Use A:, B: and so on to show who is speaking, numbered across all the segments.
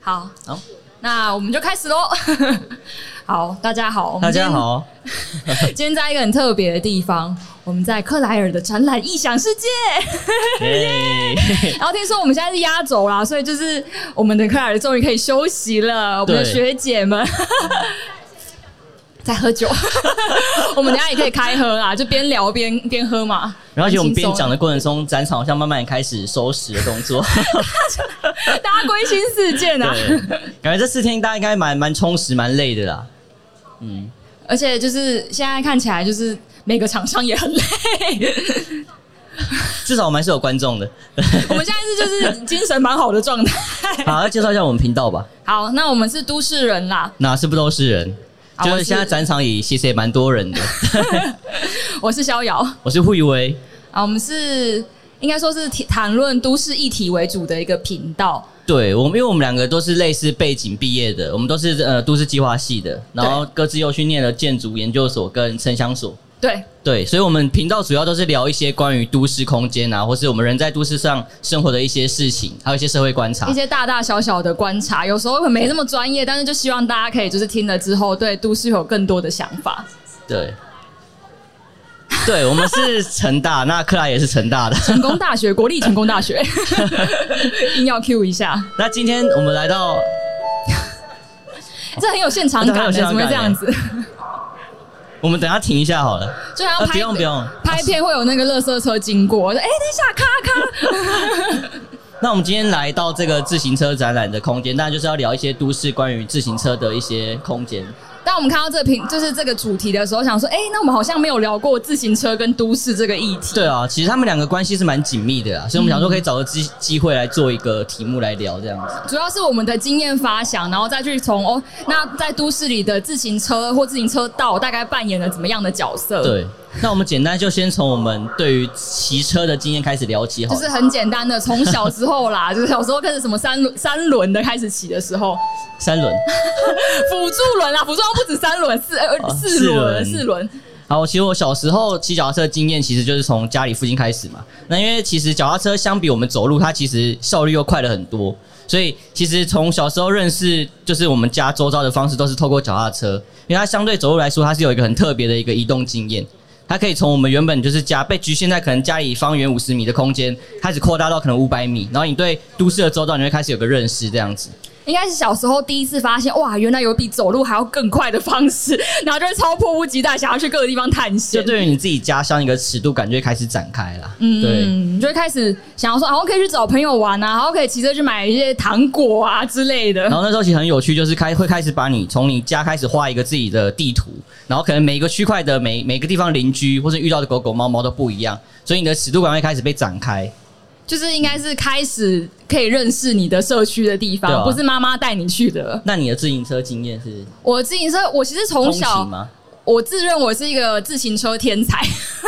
A: 好，
B: 好，
A: 那我们就开始喽。 好，大家好，我们
B: 大
A: 今天
B: 家。好，
A: 今天在一个很特别的地方，我们在克莱尔的展览《异想世界》。
B: 耶！
A: 然后听说我们现在是压轴啦，所以就是我们的克莱尔终于可以休息了，我们的
B: 对
A: 学姐们。 在喝酒， 我们等一下也可以开喝啦，就边聊边边喝嘛。
B: 然后就我们边
A: 很轻松
B: 讲的过程中，展场好像慢慢开始收拾的动作。
A: 啊大家归心似箭啊。
B: 对，感觉这四天大家应该蛮蛮充实、蛮累的啦。嗯，
A: 而且就是现在看起来，就是每个厂商也很累。
B: 至少我们还是有观众 的。
A: 我们现在是就是精神蛮好的状态。
B: 好，要介绍一下我们频道吧，
A: 好，那我们是都市人啦，
B: 哪是不都是人？
A: 好
B: 就
A: 我
B: 啊是
A: 是
B: 现在展场也其实也蛮多人 的。
A: 我是逍遥。
B: 我是胡宇威，
A: 啊，我们是应该说是谈论都市议题为主的一个频道。
B: 对我们，因为我们两个都是类似背景毕业的，我们都是呃都市计划系的，然后各自又去念了建筑研究所跟城乡所。
A: 对，
B: 对，所以，我们频道主要都是聊一些关于都市空间啊，或是我们人在都市上生活的一些事情，还有一些社会观察
A: 一。些大大小小的观察，有时候没那么专业，但是就希望大家可以就是听了之后，对都市有更多的想法。
B: 对，对，我们是成大，那克莱也是成大的。
A: 成功大学，国立成功 大学，硬要 Q 一下，
B: 那今天我们来到，
A: 这很有现场
B: 这很
A: 感
B: 有
A: 的，
B: 现
A: 怎
B: 场
A: 么会
B: 感
A: 这样子？
B: 我们等一下停一下好了。
A: 就好
B: 啊
A: 像，
B: 不
A: 哦拍、
B: 用不用。
A: 拍片会有那个垃圾车经过，我说哎、等一下，咔咔。
B: 那我们今天来到这个自行车展览的空间，当然就是要聊一些都市关于自行车的一些空间。
A: 当我们看到这屏就是这个主题的时候，想说，哎、那我们好像没有聊过自行车跟都市这个议题。
B: 对啊，其实他们两个关系是蛮紧密的啊啦，所以我们想说可以找个机机会来做一个题目来聊这样子。
A: 主要是我们的经验发想，然后再去从哦，那在都市里的自行车或自行车道大概扮演了怎么样的角色？，
B: 对，呃那我们简单就先从我们对于骑车的经验开始聊起好
A: 就
B: 了。
A: 是很简单的，从小时候啦， 就是小时候开始什么三轮三轮的开始骑的时候，
B: 三轮。
A: 辅助轮啦，辅助不止三轮，四呃
B: 啊
A: 四轮四轮，
B: 好，其实我小时候骑脚踏车的经验，其实就是从家里附近开始嘛。那因为其实脚踏车相比我们走路，它其实效率又快了很多，所以其实从小时候认识，就是我们家周遭的方式都是透过脚踏车，因为它相对走路来说，它是有一个很特别的一个移动经验。它可以从我们原本就是家被局限在可能家里方圆五十米的空间，开始扩大到可能五百米，然后你对都市的周遭你会开始有个认识，这样子。
A: 应该是小时候第一次发现，哇，原来有比走路还要更快的方式， 然后就会超迫不及待想要去各个地方探
B: 就
A: 险。
B: 对于你自己家乡一个尺度感就会开始展开啦。对。
A: 嗯，你就会开始想要说，好像可以去找朋友玩啊，然后可以骑车去买一些糖果啊之类的。
B: 然后那时候其实很有趣，就是开会开始把你从你家开始画一个自己的地图，然后可能每个区块的每每个地方邻居或者遇到的狗狗猫猫都不一样，所以你的尺度感会开始被展开。
A: 就是应该是开始可以认识你的社区的地方，
B: 对啊
A: 不是妈妈带你去的。
B: 那你的自行车经验是
A: 我自行车，我其实从
B: 通勤
A: 小，
B: 吗？
A: 我自认我是一个自行车天才，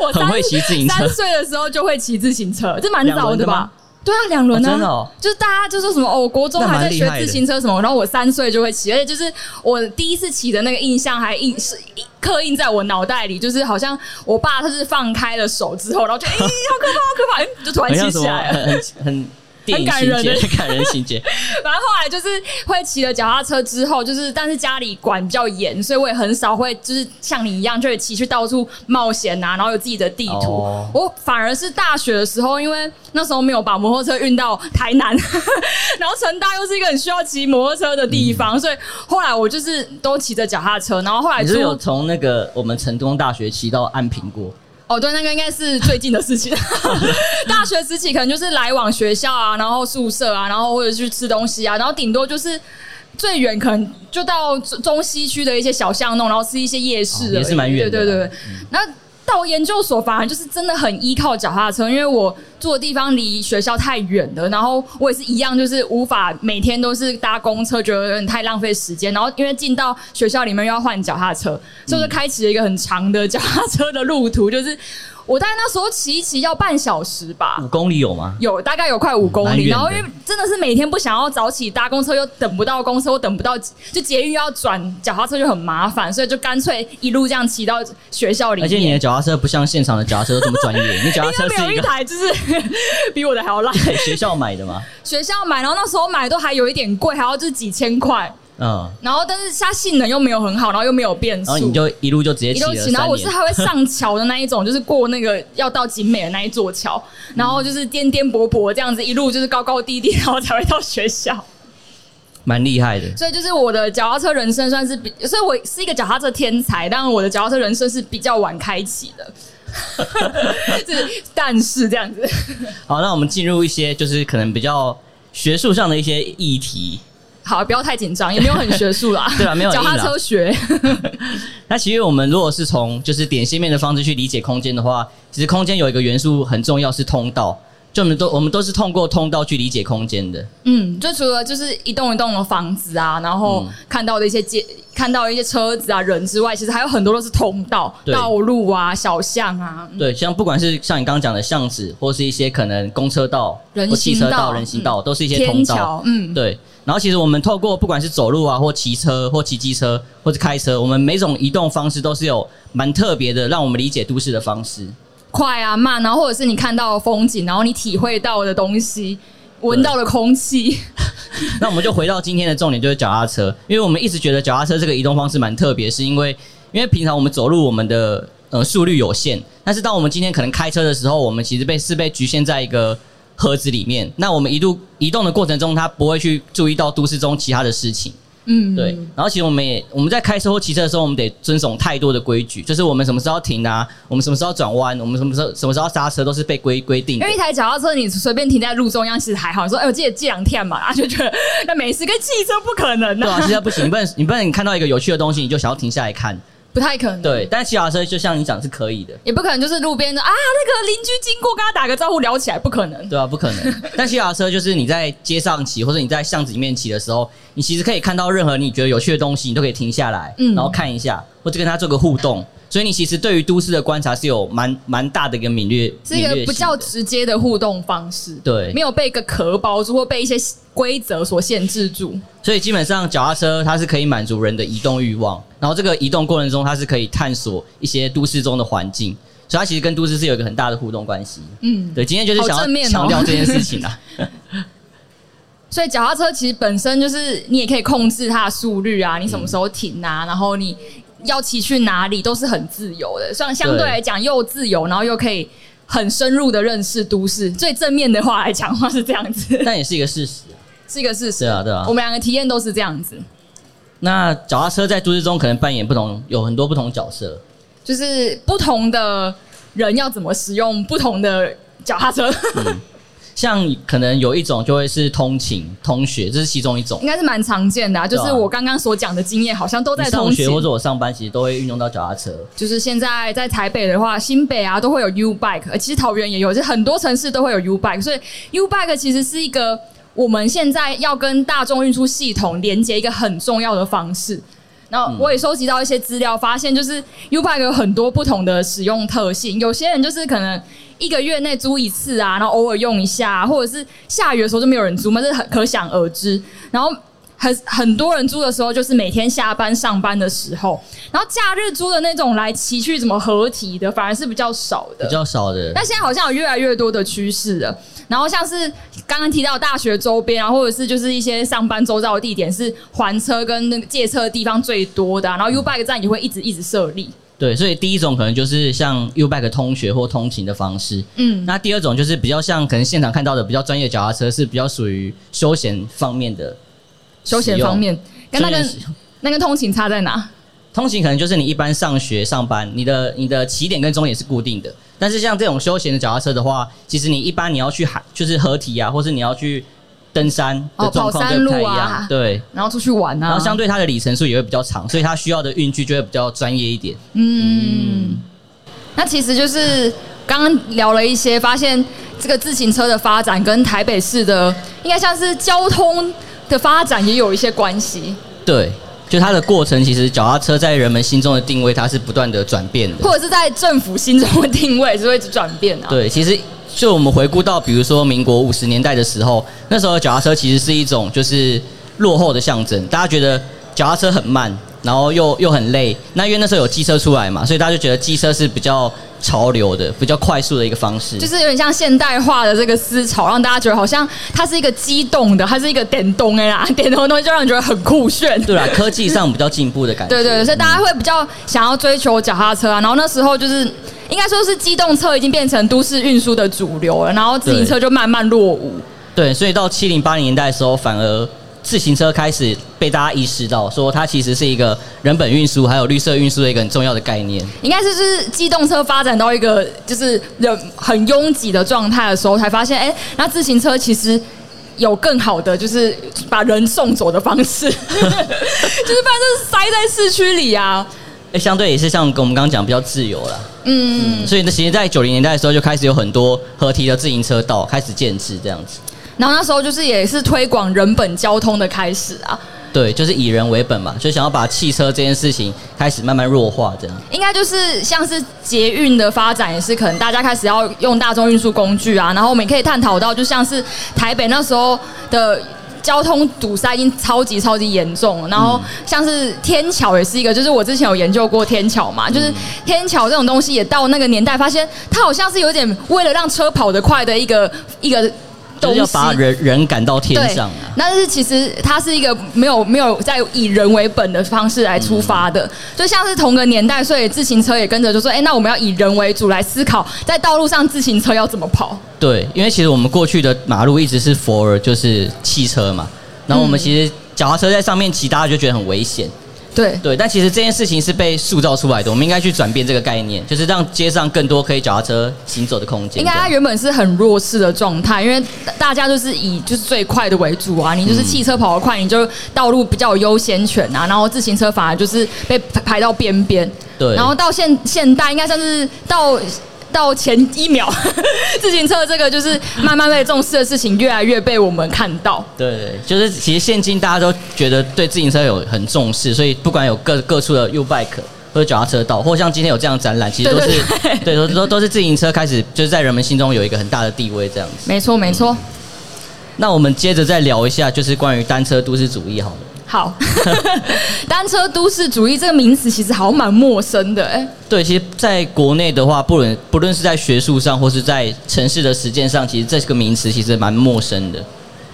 A: 我
B: 很
A: 三
B: 会骑自行车
A: 三岁的时候就会骑自行车，这蛮
B: 两
A: 早
B: 轮的
A: 吧
B: 吗？
A: 对啊，两轮啊，
B: 哦真的哦
A: 就是大家就说什么哦，我国中
B: 那
A: 还
B: 蛮
A: 在
B: 厉
A: 学
B: 害
A: 自
B: 的
A: 行车什么，然后我三岁就会骑，而且就是我第一次骑的那个印象还印是刻印在我脑袋里，就是好像我爸他是放开了手之后，然后就哎、好可怕，好可怕，哎就突然
B: 很像
A: 骑
B: 什
A: 起
B: 么
A: 来了。
B: 很很 很电影情节、
A: 欸
B: 很感人情节。
A: 反正后来就是会骑了脚踏车之后，就是但是家里管比较严，所以我也很少会就是像你一样，就会骑去到处冒险啊，然后有自己的地图。
B: 哦
A: 我反而是大学的时候，因为那时候没有把摩托车运到台南， 然后成大又是一个很需要骑摩托车的地方，所以后来我就是都骑着脚踏车，然后后来
B: 你是不
A: 出
B: 是有从那个我们城东大学骑到安平过，
A: 哦，对，那个应该是最近的事情。 大学时期可能就是来往学校啊，然后宿舍啊，然后或者去吃东西啊，然后顶多就是最远可能就到中中西区的一些小巷弄，然后吃一些夜市而已、
B: 哦也是蛮远的
A: 对对对，那。到研究所反而就是真的很依靠脚踏车，因为我住的地方离学校太远了，然后我也是一样，就是无法每天都是搭公车，觉得有点太浪费时间。然后因为进到
B: 嗯
A: 学校里面又要换脚踏车，所以我就开启了一个很长的脚踏车的路途，就是我大概那时候骑一骑要半小时吧
B: 五，公里有吗？
A: 有大概有快五公
B: 嗯蛮远的
A: 里，然后因为真的是每天不想要早起搭公车，又等不到公车，又等不到就捷运又要转脚踏车就很麻烦，所以就干脆一路这样骑到学校里
B: 而
A: 面。
B: 且你的脚踏车不像现场的脚踏车这么专 业，你脚踏
A: 应
B: 车
A: 该没
B: 是
A: 有
B: 一
A: 一
B: 个
A: 台就是 比我的还要烂，
B: 在学校买的 嘛，
A: 学校买，然后那时候买都还有一点贵，还要就是几千块，
B: 嗯，
A: 然后但是它性能又没有很好，然后又没有变速，
B: 然后你就一路就直接
A: 一
B: 骑了
A: 六七，然
B: 三
A: 后我是
B: 年，
A: 还会上桥的那一种，就是过那个要到景美的那一座桥，然
B: 嗯
A: 后就是颠颠簸簸这样子，一路就是高高低低，然后才会到 学校。
B: 蛮厉害的。
A: 所以就是我的脚踏车人生算是比，所以我是一个脚踏车天才，但我的脚踏车人生是比较晚开启的。 是，但是这样子，
B: 好，那我们进入一些就是可能比较学术上的一些议题。。
A: 好，不要太紧张，也没有很学术啦
B: 对啊没有很
A: 脚
B: 硬
A: 踏
B: 啦
A: 车学，
B: 那其实我们如果是从就是点线面的方式去理解空间的话，其实空间有一个元素很重要是通道，就我们都我们都是通过通道去理解空间的。
A: 嗯，就除了就是一栋一栋的房子啊，然后
B: 嗯
A: 看到的一些街、看到的一些车子啊、人之外，其实还有很多都是通道、
B: 对
A: 道路啊、小巷啊。嗯
B: 对，像不管是像你刚刚讲的巷子，或是一些可能公车道、
A: 人行道嗯
B: 或汽车道、人行道，都是一些通
A: 天
B: 道
A: 桥。，嗯，
B: 对，然后其实我们透过不管是走路啊，或骑车，或骑机车，或是开车，我们每种移动方式都是有蛮特别的，让我们理解都市的方式。
A: 快啊慢，然后或者是你看到的风景，然后你体会到的东西，闻到的空气，
B: 那我们就回到今天的重点，就是脚踏车，因为我们一直觉得脚踏车这个移动方式蛮特别，是因为因为平常我们走路我们的呃速率有限，但是当我们今天可能开车的时候，我们其实被是被局限在一个盒子里面。那我们一路移动的过程中，它不会去注意到都市中其他的事情。
A: 嗯，
B: 对，然后其实我们也我们在开车或骑车的时候，我们得遵守太多的规矩，就是我们什么时候要停啊，我们什么时候要转弯，我们什么时候什么时候要刹车，都是被规规定
A: 因
B: 的
A: 为。一台脚踏车你随便停在路中央，其实还好。你说，哎、我记得这两天嘛，然后就觉得那没事，跟汽车不可能
B: 对
A: 啊，
B: 啊，其实不行，你不能你不能看到一个有趣的东西，你就想要停下来看。
A: 不太可能。
B: 对，但是骑脚踏车就像你讲是可以的，
A: 也不可能就是路边的啊，那个邻居经过跟他打个招呼聊起来，不可能。
B: 对啊，不可能。但骑脚踏车就是你在街上骑，或者你在巷子里面骑的时候，你其实可以看到任何你觉得有趣的东西，你都可以停下来，
A: 嗯
B: 然后看一下，或者跟它做个互动。所以你其实对于都市的观察是有蛮蛮大的一个敏略，
A: 是一
B: 敏
A: 个
B: 略
A: 比
B: 性
A: 较
B: 的
A: 直接的互动方式，
B: 对
A: 没有被一个壳包住或被一些规则所限制住。
B: 所以基本上脚踏车它是可以满足人的移动欲望，然后这个移动过程中它是可以探索一些都市中的环境，所以它其实跟都市是有一个很大的互动关系。
A: 嗯，
B: 对，今天就是想
A: 好正面
B: 要
A: 哦
B: 强调这件事情 啊。
A: 所以脚踏车其实本身就是你也可以控制它的速率啊，你什么时候停啊，然后你要骑去哪里都是很自由的，算相对
B: 对
A: 来讲又自由，然后又可以很深入的认识都市。最正面的话来讲的话是这样子，
B: 但也是一个事实。
A: 是一个事实。
B: 对啊对啊
A: 我们两个体验都是这样子，
B: 那脚踏车在都市中可能扮演不同，有很多不同角色。
A: 就是不同的人要怎么使用不同的脚 踏车，
B: 像可能有一种就会是通勤、通学，这是其中一种
A: 应。该是蛮常见的啊。就
B: 对
A: 是
B: 啊
A: 我刚刚所讲的经验，好像都
B: 你
A: 在
B: 上
A: 同
B: 学
A: 行。
B: 或者我上班，其实都会运用到脚踏车。
A: 就是现在在台北的话，新北啊都会有 U Bike，呃其实桃园也有，就很多城市都会有 U Bike，所以 U Bike 其实是一个我们现在要跟大众运输系统连接一个很重要的方式。然后我也收集到一些资料，发现就是 U Bike 有很多不同的使用特性，有些人就是可能一个月内租一次啊，然后偶尔用一下、或者是下雨的时候就没有人租嘛，这很可想而知。然后很很多人租的时候，就是每天下班上班的时候，然后假日租的那种来骑去什么合体的，反而是比较少
B: 比
A: 的。
B: 较少的，
A: 但现在好像有越来越多的趋势了。然后像是刚刚提到大学周边啊，或者是就是一些上班周遭的地点，是还车跟那个借车的地方最多的啊、
B: 嗯
A: 然后 U Bike 站也会一直一直设立。
B: 对，所以第一种可能就是像 U bike 通学或通勤的方式，
A: 嗯，
B: 那第二种就是比较像可能现场看到的比较专业的脚踏车，是比较属于休闲方面的
A: 休闲
B: 使用
A: 方。面，跟那
B: 休
A: 个
B: 闲使用
A: 那跟通勤差在哪？
B: 通勤可能就是你一般上学上班，你的你的起点跟终点是固定的。但是像这种休闲的脚踏车的话，其实你一般你要去海，就是合体啊，或是你要去登山的
A: 哦
B: 状
A: 跑
B: 况
A: 山
B: 就不太一
A: 路啊
B: 样。对，
A: 然后出去玩啊，
B: 然后相对它的里程数也会比较长，所以它需要的运具就会比较专业一点。
A: 嗯，那其实就是刚刚聊了一些，发现这个自行车的发展跟台北市的应该像是交通的发展也有一些关系。
B: 对，就它的过程，其实脚踏车在人们心中的定位，它是不断的转变的。
A: 或者是在政府心中的定位是会一直转变啊。
B: 对，其实就我们回顾到，比如说民国五十年代的时候，那时候的脚踏车其实是一种就是落后的象征，大家觉得脚踏车很慢，然后又又很累。那因为那时候有机车出来嘛，所以大家就觉得机车是比较潮流的、比较快速的一个方式。
A: 就是有点像现代化的这个思潮，让大家觉得好像它是一个机动的，它是一个电动哎啦， 电动的东西就让人觉得很酷炫。
B: 对啦，科技上比较进步的感觉。
A: 对对对，所以大家会比较想要追求脚踏车啊。然后那时候就是应该说是机动车已经变成都市运输的主流了，然后自行车就慢慢落伍。
B: 对，所以到七零八零年代的时候，反而自行车开始被大家意识到，说它其实是一个人本运输还有绿色运输的一个很重要的概念。
A: 应该是就是机动车发展到一个就是人很拥挤的状态的时候，才发现哎、那自行车其实。有更好的，就是把人送走的方式，就是不然就是塞在市区里啊。
B: 哎，相对也是像我们刚刚讲比较自由啦。嗯，所以呢，其实，在九零年代的时候就开始有很多合体的自行车道开始建制，这样子。
A: 然后那时候就是也是推广人本交通的开始啊，
B: 对，就是以人为本嘛，就想要把汽车这件事情开始慢慢弱化，这样。
A: 应该就是像是捷运的发展也是可能大家开始要用大众运输工具啊，然后我们也可以探讨到，就像是台北那时候的。交通堵塞已经超级超级严重了，然后像是天桥也是一个，就是我之前有研究过天桥
B: 嗯
A: 嘛，就是天桥这种东西也到那个年代，发现它好像是有点为了让车跑得快的一个一个
B: 就
A: 东
B: 是
A: 西，
B: 要把人人赶到天
A: 对，
B: 上啊！
A: 但是其实它是一个没有没有在以人为本的方式来出发的，就像是同个年代，所以自行车也跟着就说，哎、那我们要以人为主来思考，在道路上自行车要怎么跑。
B: 对，因为其实我们过去的马路一直是 for 就是汽车嘛，然后
A: 嗯
B: 我们其实脚踏车在上面骑，大家就觉得很危险。
A: 对，
B: 对，但其实这件事情是被塑造出来的，我们应该去转变这个概念，就是让街上更多可以脚踏车行走的空间。
A: 应该
B: 这样
A: 它原本是很弱势的状态，因为大家就是以就是最快的为主啊，你就是汽车跑得快，你就道路比较有优先权啊，然后自行车反而就是被排到边边。
B: 对，
A: 然后到现现代应该算是到到前一秒， 自行车这个就是慢慢被重视的事情，越来越被我们看到。
B: 对对，就是其实现今大家都觉得对自行车有很重视，所以不管有各各处的 U bike 或者脚踏车道，或像今天有这样的展览，其实都是
A: 对对
B: 对都都都是自行车开始就是在人们心中有一个很大的地位这样子。
A: 没错，没错。
B: 那我们接着再聊一下，就是关于单车都市主义好了。
A: 好， 单车都市主义这个名词其实好像蛮陌生的、哎，
B: 对，其实在国内的话，不论不论是在学术上，或是在城市的实践上，其实这个名词其实蛮陌生的。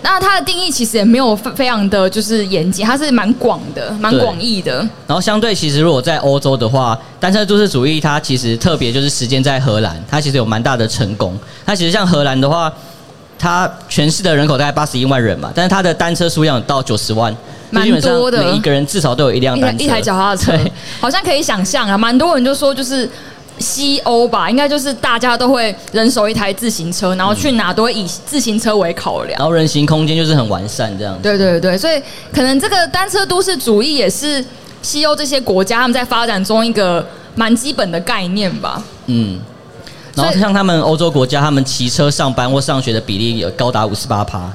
A: 那它的定义其实也没有非非常的就是严谨，它是蛮广的，蛮
B: 对
A: 广义的。
B: 然后相对，其实如果在欧洲的话，单车都市主义它其实特别就是实践在荷兰，它其实有蛮大的成功。它其实像荷兰的话，它全市的人口大概八十一万人嘛，但是它的单车数量有到九十万，就
A: 蛮
B: 基本上
A: 多的
B: 每一个人至少都有一辆
A: 一台
B: 啊单车。
A: 一台脚踏车
B: 对，
A: 好像可以想象啊，蛮多人就说就是。西欧吧，应该就是大家都会人手一台自行车，然后去哪都会以自行车为考量。
B: 然后人行空间就是很完善这样子。
A: 对对对，所以可能这个单车都市主义也是西欧这些国家他们在发展中一个蛮基本的概念吧。
B: 嗯。然后
A: 所以
B: 像他们欧洲国家，他们骑车上班或上学的比例有高达五十八趴，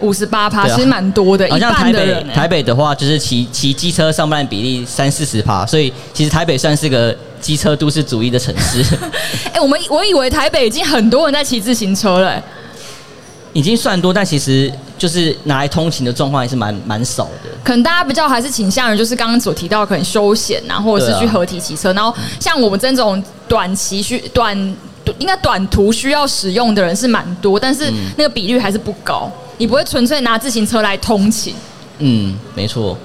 A: 五十八趴
B: 对啊
A: 其实蛮多的，
B: 好
A: 一
B: 像台
A: 半的
B: 北
A: 人、
B: 台
A: 欸。
B: 北的话，就是骑骑机车上班的比例三四十趴，所以其实台北算是个机车都市主义的城 市，
A: 哎、我们我以为台北已经很多人在骑自行车了、欸
B: 已经算多，但其实就是拿来通勤的状况还是蛮蛮少的。
A: 可能大家比较还是倾向于就是刚刚所提到的可能休闲啊，或者是
B: 对啊
A: 去合体骑车，然后像我们这种短期需短应该短途需要使用的人是蛮多，但
B: 嗯
A: 是那个比率还是不高，你不会纯粹拿自行车来通勤，
B: 嗯，没错，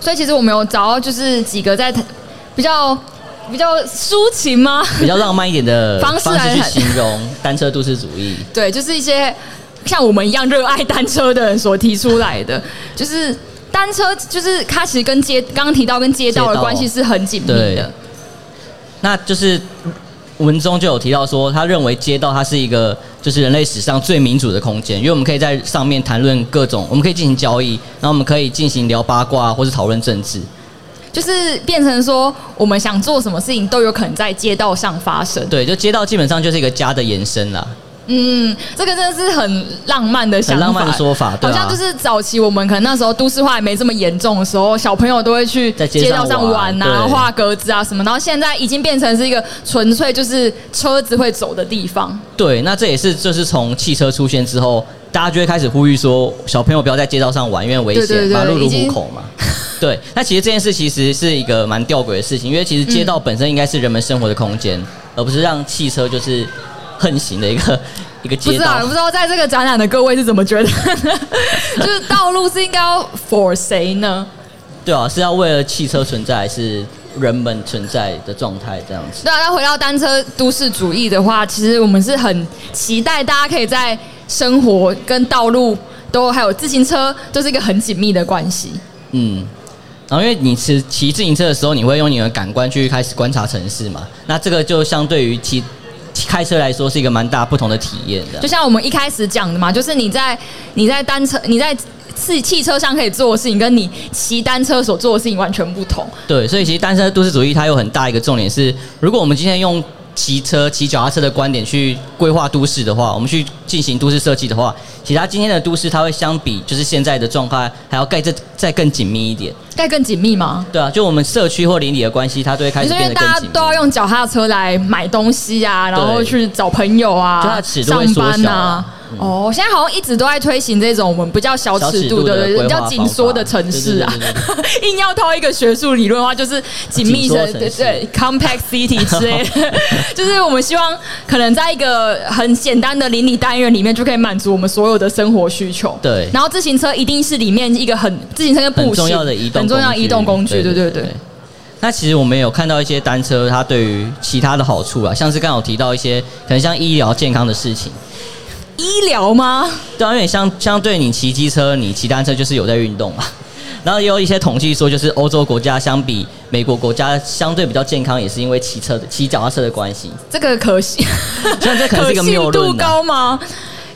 A: 所以其实我们有找到就是几个在比较比较抒情吗？
B: 比较浪漫一点的
A: 方式来
B: 去形容单车都市主义。
A: 对，就是一些像我们一样热爱单车的人所提出来的，就是单车就是它其实跟街刚刚提到跟街道
B: 街
A: 的
B: 道
A: 关系是很紧密
B: 对
A: 的。
B: 那就是文中就有提到说，他认为街道它是一个就是人类史上最民主的空间，因为我们可以在上面谈论各种，我们可以进行交易，然后我们可以进行聊八卦或是讨论政治。
A: 就是变成说，我们想做什么事情都有可能在街道上发生。
B: 对，就街道基本上就是一个家的延伸啦。
A: 嗯，这个真的是很浪漫的想
B: 很
A: 法，
B: 浪漫的说法，对
A: 好
B: 啊，
A: 像就是早期我们可能那时候都市化也没这么严重的时候，小朋友都会去
B: 在街
A: 街道上
B: 上玩
A: 玩啊、
B: 对
A: 画格子啊什么。然后现在已经变成是一个纯粹就是车子会走的地方。
B: 对，那这也是就是从汽车出现之后，大家就会开始呼吁说，小朋友不要在街道上玩，因为危险，
A: 对对对
B: 马路
A: 已
B: 如虎
A: 经
B: 口嘛。对，那其实这件事其实是一个蛮吊诡的事情，因为其实街
A: 嗯
B: 道本身应该是人们生活的空间，而不是让汽车就是横行的一个一个
A: 不
B: 街
A: 知
B: 道
A: 道，不。知道在这个展览的各位是怎么觉得 呢？就是道路是应该要 for 谁呢？
B: 对啊，是要为了汽车存在，还是人们存在的状态这样子？
A: 对啊，那回到单车都市主义的话，其实我们是很期待大家可以在生活跟道路都还有自行车，这、是一个很紧密的关系。
B: 嗯，然后因为你骑骑自行车的时候，你会用你的感官去开始观察城市嘛，那这个就相对于骑骑开车来说是一个蛮大不同的体验的
A: 就。像我们一开始讲的嘛，就是你在你在单车你在汽汽车上可以做的事情，跟你骑单车所做的事情完全不同。
B: 对，所以其实单车都市主义它有很大一个重点是，如果我们今天用骑车、骑脚踏车的观点去规划都市的话，我们去进行都市设计的话，其实它今天的都市它会相比就是现在的状态还要盖这再更紧密一点。
A: 该更紧密吗？
B: 对啊，就我们社区或邻里的关系，它都会开
A: 你
B: 始
A: 说
B: 变
A: 因为
B: 得
A: 大
B: 更
A: 家
B: 紧密
A: 都。要用脚踏车来买东西啊，然后
B: 对
A: 去找朋友啊，
B: 就它的尺度会
A: 上
B: 缩小啊
A: 班啊。哦，现在好像一直都在推行这种我们比较小
B: 小
A: 尺
B: 尺
A: 度
B: 度
A: 的
B: 的、规
A: 比
B: 划
A: 较紧缩的城市啊
B: 方法对对，
A: 硬要套一个学术理论的话，就是紧密
B: 紧缩
A: 的
B: 城
A: 对
B: 市
A: 对 compact city 之类的， 就是我们希望可能在一个很简单的邻里单元里面，就可以满足我们所有的生活需求。
B: 对
A: 然后自行车一定是里面一个很自行车跟步行
B: 很重要的移动，
A: 很重要的移动工具，对对对。。
B: 那其实我们有看到一些单车，它对于其他的好处啊，像是刚好提到一些可能像医疗健康的事情，
A: 医疗吗？
B: 对啊，因为相相对你骑机车，你骑单车就是有在运动嘛。 然后也有一些统计说，就是欧洲国家相比美国国家相对比较健康，也是因为骑车的骑脚踏车的关系。
A: 这个可惜，
B: 虽 然这可能是一个谬
A: 信度
B: 论啊的、
A: 高吗？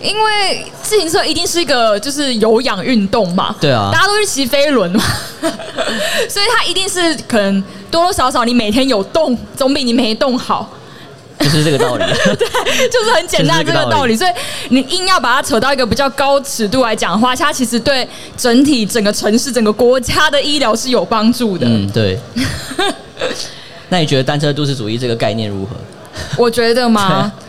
A: 因为自行车一定是一个就是有氧运动嘛，
B: 对啊
A: 大家都是骑飞轮嘛， 所以它一定是可能多多少少你每天有动，总比你没动好，
B: 就是这个道理。
A: 就是很简单的
B: 就是这个
A: 这个道
B: 道
A: 理。
B: 理
A: 所以你硬要把它扯到一个比较高尺度来讲的话，它其实对整体整个城市、整个国家的医疗是有帮助的。
B: 嗯，对。 那你觉得单车都市主义这个概念如何？
A: 我觉得嘛
B: 对，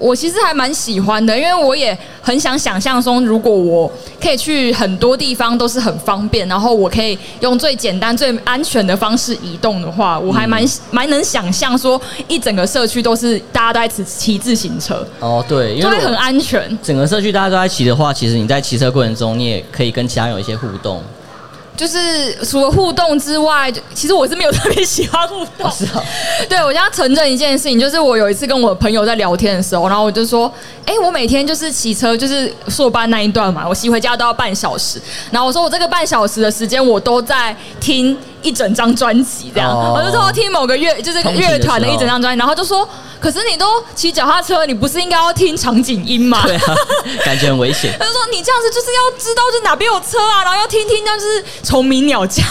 A: 我其实还蛮喜欢的，因为我也很想想象中，如果我可以去很多地方都是很方便，然后我可以用最简单、最安全的方式移动的话，我还蛮蛮能想象说，一整个社区都是大家都在骑骑自行车，
B: 哦，对，因
A: 就
B: 为
A: 会
B: 我
A: 很安全。
B: 整个社区大家都在骑的话，其实你在骑车过程中，你也可以跟其他人有一些互动。
A: 就是除了互动之外，就其实我是没有特别喜欢互动。
B: 是啊，
A: 对，我要承认一件事情，就是我有一次跟我朋友在聊天的时候，然后我就说，哎、我每天就是骑车，就是硕班那一段嘛，我骑回家都要半小时。然后我说，我这个半小时的时间，我都在听一整张专辑，这样。
B: 哦
A: 我就说听某个乐，就是
B: 通勤的
A: 乐团的
B: 时
A: 一
B: 候
A: 整张专辑，然后他就说，可是你都骑脚踏车，你不是应该要听场景音 吗？
B: 对啊，感觉很危 险。
A: 他就说：“你这样子就是要知道，就哪边有车啊，然后要听听，就是虫鸣鸟 叫，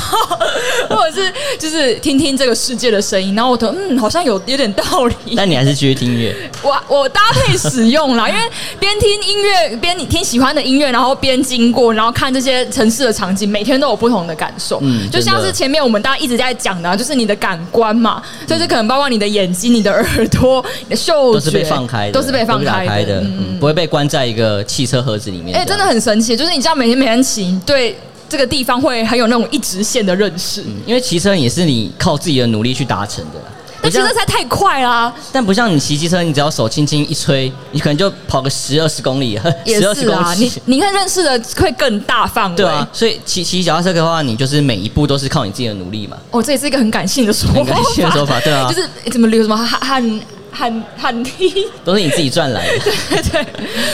A: 或者是就是听听这个世界的声音。”然后我说：“嗯，好像有有点道 理。
B: 但你还是继续听音乐。
A: 我”我搭配使用 啦，因为边听音乐边你听喜欢的音乐，然后边经过，然后看这些城市的场景，每天都有不同的感受。
B: 嗯
A: 就像
B: 真
A: 是
B: 的
A: 前面我们大家一直在讲的、啊，就是你的感官嘛，所以这可能包括你的眼睛、你的耳朵、你的
B: 都
A: 嗅觉，
B: 是被放开的，
A: 嗯都是被放
B: 都打
A: 开
B: 开
A: 的。
B: 的，
A: 嗯
B: 嗯，不会被关在一个汽车盒子里面。
A: 哎、
B: 这
A: 真
B: 样
A: 的很神奇，就是你这样每天每天骑，对这个地方会很有那种一直线的认识。
B: 嗯因为骑车也是你靠自己的努力去达成的啊啦。
A: 但骑
B: 不
A: 车
B: 像
A: 实在太快啦，
B: 但不像你骑机车，你只要手轻轻一吹，你可能就跑个十二十公里，
A: 也
B: 十二十
A: 是啊
B: 公，
A: 你
B: 里。
A: 你看认识的会更大范围。
B: 对啊，所以骑骑脚踏车的话，你就是每一步都是靠你自己的努力嘛。
A: 哦，这也是一个很感性的说法，
B: 很感性的说法对啊
A: 就是怎么流什么汗汗汗汗滴。
B: 都是你自己赚来的。
A: 对，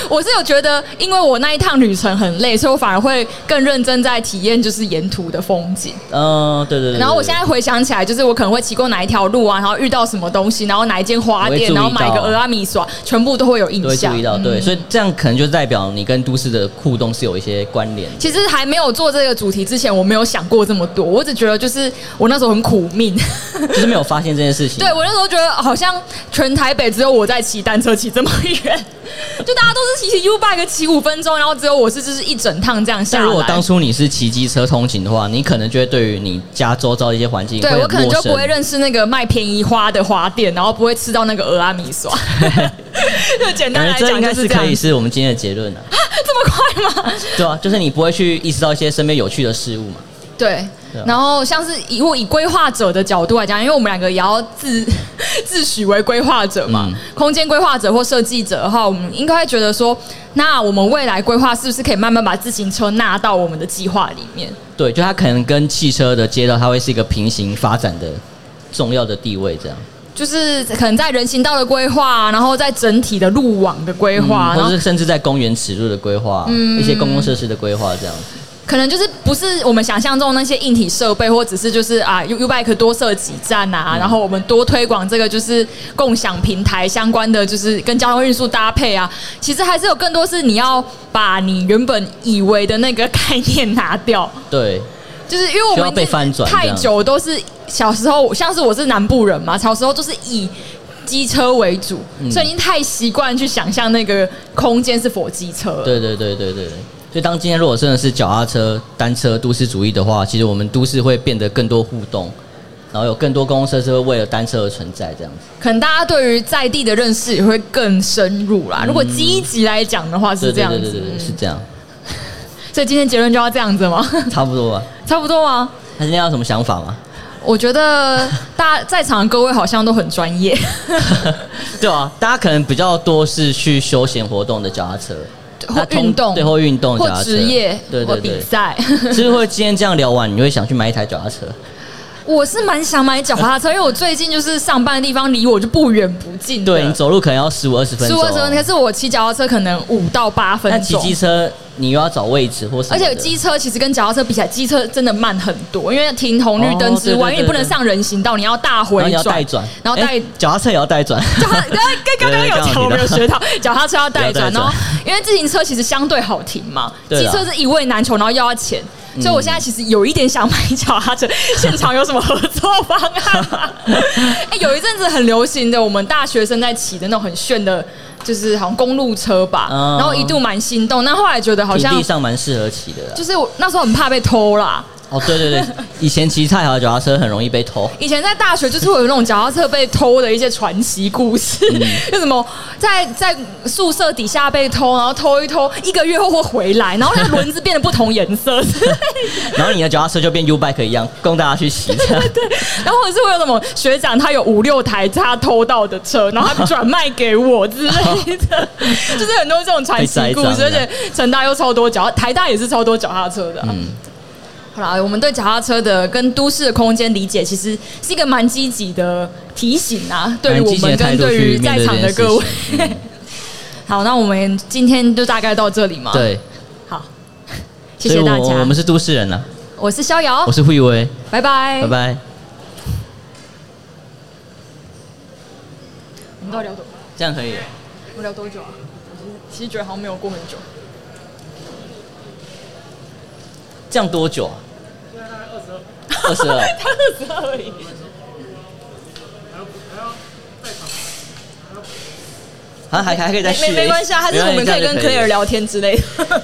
A: 我是有觉得，因为我那一趟旅程很累，所以我反而会更认真在体验就是沿途的风景。
B: 嗯，对对对对。
A: 然后我现在回想起来，就是我可能会骑过哪一条路啊，然后遇到什么东西，然后哪一间花
B: 我会
A: 店，
B: 注意
A: 然后买个
B: 到
A: 俄阿米耍，全部都会有印
B: 都会
A: 象。嗯
B: 注意到，对，所以这样可能就代表你跟都市的互动是有一些关联的。
A: 其实还没有做这个主题之前，我没有想过这么多，我 只觉得就是我那时候很苦命。
B: 就是没有发现这件事情。
A: 对我那时候觉得好像全全台北只有我在骑单车骑这么远，就大家都是骑骑 U bike 骑五分钟，然后只有我是就是一整趟这样下
B: 但
A: 来。
B: 如果当初你是骑机车通勤的话，你可能就会对于你家周遭的一些环境
A: 对
B: 会
A: 我
B: 很
A: 可能
B: 陌
A: 就
B: 生
A: 不会认识那个卖便宜花的花店，然后不会吃到那个俄阿米刷。 就简单
B: 感
A: 来
B: 觉这
A: 讲
B: 应该
A: 就是是这
B: 可
A: 样
B: 以，是我们今天的结论了、啊，
A: 这么快吗？
B: 对啊，就是你不会去意识到一些身边有趣的事物嘛。
A: 对
B: 对啊，
A: 然后像是以我以规划者的角度来讲，因为我们两个也要自 自诩为规划者嘛，
B: 嗯
A: 空间规划者或设计者的话，我们应该会觉得说，那我们未来规划是不是可以慢慢把自行车纳到我们的计划里面？
B: 对，就它可能跟汽车的街道，它会是一个平行发展的重要的地位，这样，
A: 就是可能在人行道的规划，然后在整体的路网的规
B: 嗯
A: 划，然
B: 或
A: 后嗯
B: 者是甚至在公园尺度的规划，一些公共设施的规划，这样。
A: 可能就是不是我们想象中那些硬体设备，或只是就是啊，U U Bike 多设几站
B: 嗯
A: 啊，然后我们多推广这个就是共享平台相关的，就是跟交通运输搭配啊。其实还是有更多是你要把你原本以为的那个概念拿掉，
B: 对，
A: 就是因为我
B: 需要
A: 们
B: 被翻转
A: 太久都是小时候，像是我是南部人嘛，小时候都是以。机车为主，
B: 嗯
A: 所以已经太习惯去想象那个空间是否机车了。
B: 对对对对对对。所以，当今天如果真的是脚踏车、单车都市主义的话，其实我们都市会变得更多互动，然后有更多公共设施会为了单车而存在，这样子。
A: 可能大家对于在地的认识也会更深入啦。如果积极来讲的话是这样
B: 嗯对对
A: 子
B: 对对，对，是这样，
A: 所以今天结论就要这样子吗？
B: 差不多吧。
A: 差不多吗？
B: 那今天有什么想法吗？
A: 我觉得大家在场的各位好像都很专业，
B: 对啊，大家可能比较多是去休闲活动的脚踏车， 那
A: 或
B: 通
A: 运动
B: 对或运动的
A: 或
B: 脚踏车
A: 职业
B: 对
A: 或
B: 对
A: 比
B: 对。
A: 赛。
B: 是不是会今天这样聊完，你会想去买一台脚踏
A: 啊
B: 车？
A: 我是蛮想买脚踏车，因为我最近就是上班的地方离我就不远不近的，
B: 对你走路可能要十五二十分
A: 十
B: 钟
A: 五
B: 哦，
A: 二十分钟，可是我骑脚踏车可能五到八分
B: 但骑
A: 钟。
B: 机车你又要找位置或什么
A: 而
B: 的，
A: 且机车其实跟脚踏车比起来，机车真的慢很多，因为停红绿灯之
B: 哦
A: 外，
B: 对对对
A: 因为你不能上人行道，你要大
B: 然
A: 回
B: 后你要带
A: 转，
B: 转，
A: 然后带
B: 哎脚踏车也要带 转，
A: 脚踏，然后跟刚刚有讲我没有学到，脚踏车要带转，
B: 要带转
A: 然后因为自行车其实相对好停嘛，
B: 对啊嗯
A: 机
B: 啦
A: 车是一位难求，然后又要钱。所以我现在其实有一点想买脚 踏车，现场有什么合作方案吗？哎、有一阵子很流行的，我们大学生在骑的那种很炫的，就是好像公路车吧，
B: 嗯
A: 然后一度蛮心动，但后来觉得好
B: 平
A: 像
B: 地上蛮适合骑的啦。
A: 就是我那时候很怕被偷啦，
B: 哦，对对对，以前骑太好的脚踏车很容易被 偷。
A: 以前在大学就是会有那种脚踏车被偷的一些传奇故事， 就什么在在宿舍底下被偷，然后偷一偷，一个月后会回来，然后那个轮子变得不同颜色，
B: 然后你的脚踏车就变 U bike 一样，供大家去 骑。这样
A: 然后或者是会有什么学长他有五六台他偷到的车，然后他转卖给我之类 的，就是很多这种传奇故
B: 被栽赃
A: 事，
B: 的
A: 而且成大又超多脚，台大也是超多脚踏车的啊、
B: 嗯
A: 好啦，我们对脚踏车的跟都市的空间理解，其实是一个蛮积极的提醒啊，对于
B: 蛮
A: 我
B: 积极
A: 们
B: 的态
A: 跟
B: 度
A: 对
B: 去
A: 于
B: 面
A: 在
B: 对这
A: 场的
B: 件
A: 各
B: 事
A: 位。好，那我们今天就大概到这里嘛。，
B: 对，
A: 好，谢
B: 所以
A: 谢大
B: 我
A: 家。哦
B: 我们是都市人啊，
A: 我是逍遥
B: 我，是慧威，
A: 拜拜。
B: 拜。拜。
A: 我们到底聊多？
B: 这样可以了。
A: 我们聊多久啊？其实觉得好像没有过很久。
B: 这样多久啊？二十 二，
A: 他二十二而已。
B: 好像还还可以再续
A: 没
B: 欸。
A: 啊没关系啊，还是我们可以跟 Claire 聊天之类的。